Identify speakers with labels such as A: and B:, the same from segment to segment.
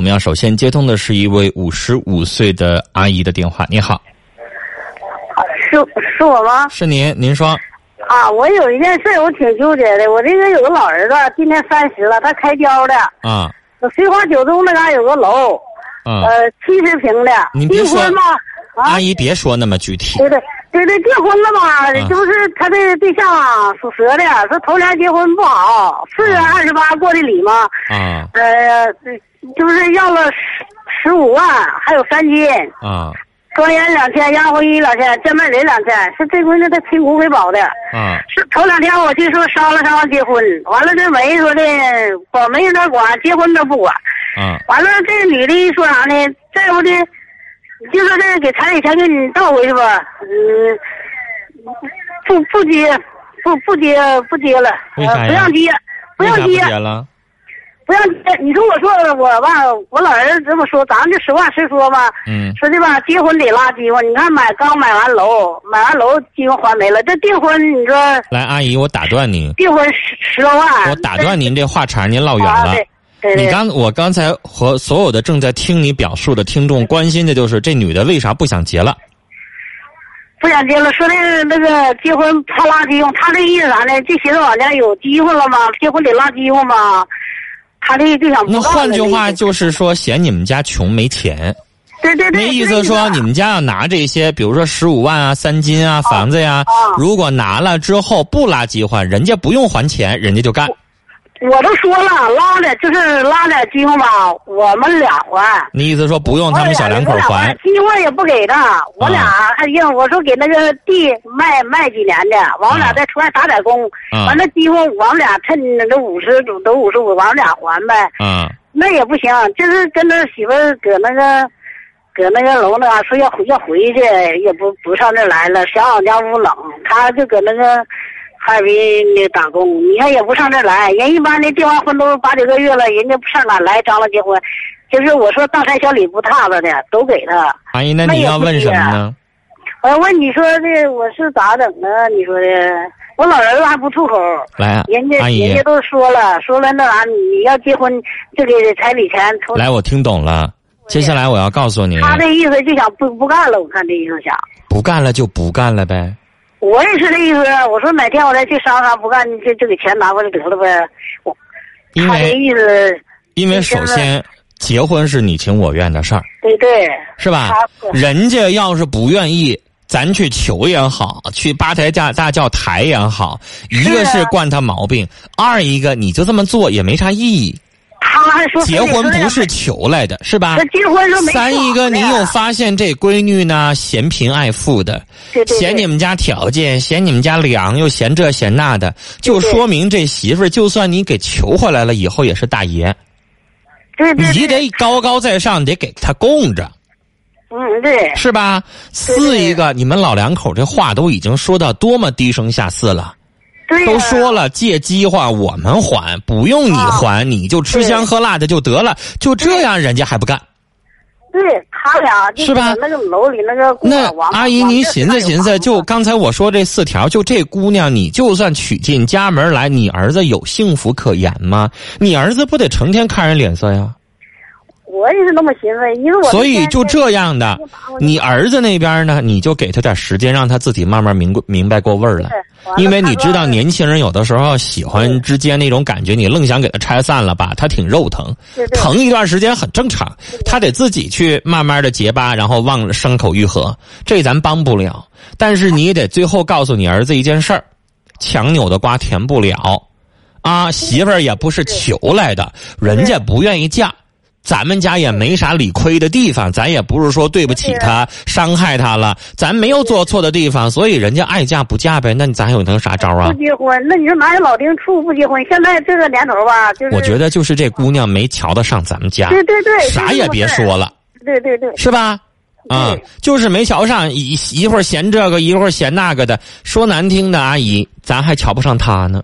A: 们要首先接通的是一位五十五岁的阿姨的电话。你好，
B: 啊是是我吗？
A: 是您，您说，
B: 啊，我有一件事儿我挺纠结的。我这个有个老儿子，啊今年三十了，他开雕的，
A: 啊，
B: 绥化九中那嘎有个楼，
A: 嗯，
B: 呃，七十平的。
A: 您别
B: 订
A: 说
B: 婚吧，啊
A: 阿，姨别说那么具体，
B: 对对对对，订婚了吧？
A: 嗯
B: 就是他的对象啊属蛇的，说头年结婚不好，四月二十八过的礼嘛，
A: 啊
B: 呃，就是要了十十五万，还有三金，
A: 啊
B: 庄严两千，押回一两千，见面礼两千，是这闺女她亲骨给保的。
A: 啊
B: 是头两天我去说商量商量结婚，完了这媒说的管媒人他管，结婚都不管。
A: 啊
B: 完了这女的说啥呢？再不的，就说这给彩礼钱给你倒回去吧，嗯，不不接，不不接不接了，
A: 为啥呀
B: 呃、不让接，不
A: 为
B: 啊让
A: 啥不
B: 接，
A: 结了？
B: 不让接。你说我说我吧，我老儿子这么说，咱们就实话实说吧。
A: 嗯
B: 说的吧，结婚得拉饥荒。你看买刚买完楼，买完楼饥荒还没了。这订婚，你说
A: 来，阿姨，我打断您，
B: 订婚十十多万，
A: 我打断您这话茬儿，您唠
B: 那
A: 远
B: 啊
A: 了。
B: 对对
A: 你
B: 对，
A: 刚，我刚才和所有的正在听你表述的听众关心的就是这女的为啥不想结了？
B: 不想结了。说的那个结婚怕拉饥荒，他这意思啥呢？就寻思往家有饥荒了吗？结婚得拉饥荒吗？他这就想不
A: 那
B: 干了
A: 换句话
B: 这意思
A: 就是说，嫌你们家穷没钱，
B: 对 对
A: 那
B: 对，
A: 意思说你们家要拿这些，比如说十五万啊、三金啊、房子呀、
B: 啊
A: 如果拿了之后不拉饥荒，人家不用还钱，人家就干。
B: 我都说了，拉的就是拉点饥荒吧，我们俩还。
A: 那意思说不用他们小两口
B: 我俩
A: 还啊
B: 人，机会也不给他，我俩还硬，我说给那个地卖卖几年的，完我俩再出来打点工，
A: 啊
B: 完了机会我们俩趁这五十都五十五，完我俩还呗，
A: 啊
B: 那也不行，就是跟那媳妇儿搁那个。搁那个楼那嘎说要回要回去，也不不上这儿来了，嫌俺家屋冷，他就搁那个哈尔滨那打工。你看也不上这儿来，人一般的订完婚都八九个月了，人家不上哪来张罗结婚？就是我说大山小李不踏实的，都给他。
A: 阿姨，那
B: 那
A: 你
B: 也
A: 要
B: 不
A: 问什么
B: 是
A: 呢？
B: 我要问你说的我是咋整的？你说的我老儿子还不出口，
A: 来啊
B: 人家，
A: 阿姨
B: 人家，都说了，说了那啥，你要结婚就给彩礼钱。从
A: 来，我听懂了。接下来我要告诉您，
B: 他这意思就想不不干了，我看这意思想。
A: 不干了就不干了呗。
B: 我也是这意思，我说哪天我再去商量，不干就就给钱拿回来得了呗。我
A: 因
B: 他这
A: 为
B: 意思，
A: 因为
B: 啊
A: 首先，结婚是你情我愿的事儿，
B: 对对，
A: 是吧
B: 他是？
A: 人家要是不愿意，咱去求也好，去八抬大大轿抬也好，
B: 啊
A: 一个是惯他毛病，二一个你就这么做也没啥意义。
B: 他还说
A: 结婚不是求来的，是吧
B: 那？结婚说没
A: 三一个，你有
B: 有
A: 发现这闺女呢，嫌贫爱富的，
B: 对对
A: 嫌你
B: 对
A: 们家条件，嫌你们家凉，又嫌这嫌那的，就
B: 对
A: 说明这媳妇儿，就算你给求回来了，以后也是大爷，
B: 对对
A: 你
B: 对，
A: 得高高在上，你得给她供着，
B: 嗯对，
A: 是吧？四一个，你们老两口这话都已经说到多么低声下气了，
B: 对呀
A: 都说了借饥荒我们还，不用你还，你就吃香喝辣的就得了，就这样，人家还不干。
B: 对他俩就是
A: 吧
B: 那个楼里那个
A: 那
B: 王
A: 阿姨，
B: 王
A: 您
B: 这
A: 寻思
B: 太有
A: 寻思，
B: 房
A: 就
B: 子
A: 刚才我说这四条，就这姑娘，你就算娶进家门来，你儿子有幸福可言吗？你儿子不得成天看人脸色呀？
B: 我也是那么寻思，因为我
A: 所
B: 那
A: 以
B: 天
A: 就
B: 在
A: 这样的
B: 我就把我，
A: 你儿子那边呢，你就给他点时间，让他自己慢慢明过明白过味儿来。
B: 完了
A: 因为
B: 他
A: 你知
B: 说
A: 道，年轻人有的时候喜欢之间那种感觉，你愣想给他拆散了吧，他挺肉疼，
B: 对对
A: 疼一段时间很正常，他得自己去慢慢的结疤，然后望伤口愈合，这咱帮不了。但是你也得最后告诉你儿子一件事儿：强扭的瓜甜不了，啊，媳妇儿也不是求来的，人家不愿意嫁。咱们家也没啥理亏的地方，咱也不是说对不起他、伤害他了，咱没有做错的地方，所以人家爱嫁不嫁呗，那咱有能啥招啊
B: 不？结婚，那你说哪有老丁处不结婚？现在这个年头吧，就是
A: 我觉得就是这姑娘没瞧得上咱们家，
B: 对对对，
A: 啥
B: 就是
A: 也
B: 这
A: 别
B: 么事儿，
A: 说了，
B: 对对对，
A: 是吧？啊、
B: 对
A: 就是没瞧上，一一会儿嫌这个，一会儿嫌那个的。说难听的，阿姨，咱还瞧不上她呢。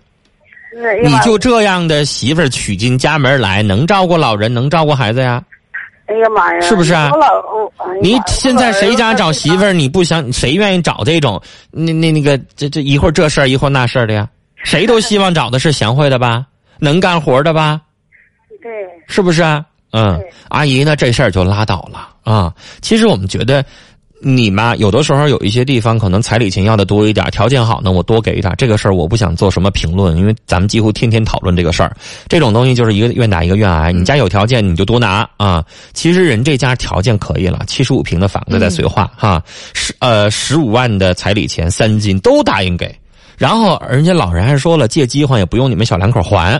B: 是
A: 你就这样的媳妇儿娶进家门来，能照顾老人，能照顾孩子呀？
B: 哎呀妈呀，
A: 是不是啊
B: 我老我哎呀
A: 你
B: 妈
A: 现在谁家找媳妇？
B: 我老儿
A: 儿，
B: 子
A: 你不想谁愿意找这种那那那个这这一会儿这事儿一会儿那事儿的呀？谁都希望找的是贤惠的吧，能干活的吧，
B: 对，
A: 是不是啊？嗯
B: 对，
A: 阿姨呢这事儿就拉倒了啊。其实我们觉得，你嘛，有的时候有一些地方可能彩礼钱要的多一点，条件好呢，我多给一点。这个事儿我不想做什么评论，因为咱们几乎天天讨论这个事儿。这种东西就是一个愿打一个愿挨，你家有条件你就多拿啊。其实人这家条件可以了，七十五平的房子在绥化哈，十呃十五万的彩礼钱三金都答应给，然后人家老人还说了，借饥荒也不用你们小两口还，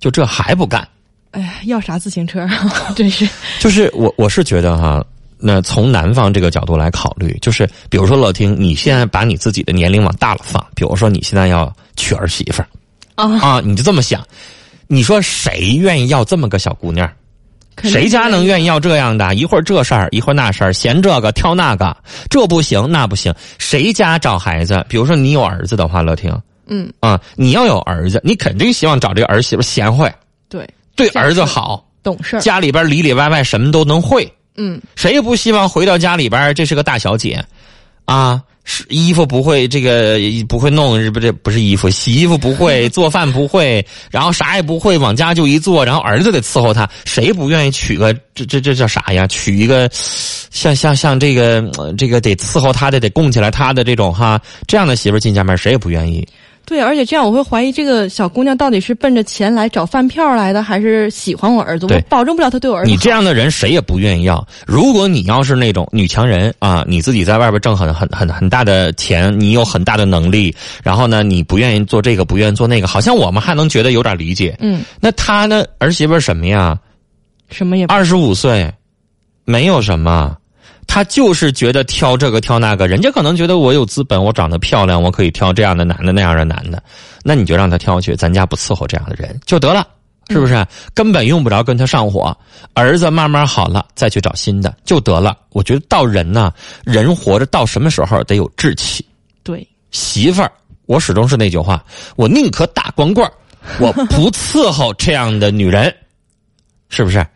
A: 就这还不干。
C: 哎呀，要啥自行车啊？ 真是，
A: 就是我我是觉得哈、那从男方这个角度来考虑，就是比如说乐听，你现在把你自己的年龄往大了放，比如说你现在要娶儿媳 妇儿
C: 啊
A: 啊，你就这么想，你说谁愿意要这么个小姑娘？
C: 肯定
A: 谁家能愿意要这样的？一会儿这事儿，一会儿那事儿，嫌这个挑那个，这不行那不行。谁家找孩子？比如说你有儿子的话，乐听
C: 嗯，
A: 啊，你要有儿子，你肯定希望找这个儿媳妇贤惠，
C: 对，
A: 对
C: 这
A: 儿子
C: 是
A: 好，
C: 懂事儿，
A: 家里边里里外外什么都能会。
C: 嗯，
A: 谁也不希望回到家里边儿这是个大小姐，啊，是衣服不会这个不会弄，是不这不是衣服，洗衣服不会，做饭不会，然后啥也不会，往家就一坐，然后儿子得伺候她，谁不愿意娶个这这这叫啥呀？娶一个像像像这个呃这个得伺候她的，得供起来她的这种哈这样的媳妇儿进家门，谁也不愿意。
C: 对，而且这样我会怀疑这个小姑娘到底是奔着钱来找饭票来的，还是喜欢我儿子？
A: 对
C: 我保证不了她对我儿子
A: 你
C: 好。
A: 这样的人谁也不愿意要。如果你要是那种女强人啊，你自己在外边挣很很很很大的钱，你有很大的能力，然后呢，你不愿意做这个，不愿意做那个，好像我们还能觉得有点理解。
C: 嗯，
A: 那他呢，儿媳妇儿什么呀？
C: 什么也不
A: 二十五岁，没有什么。他就是觉得挑这个挑那个，人家可能觉得我有资本，我长得漂亮，我可以挑这样的男的那样的男的，那你就让他挑去，咱家不伺候这样的人就得了，是不是？根本用不着跟他上火，儿子慢慢好了再去找新的就得了。我觉得到人呢，人活着到什么时候得有志气，
C: 对，
A: 媳妇儿，我始终是那句话，我宁可打光棍儿，我不伺候这样的女人，是不是？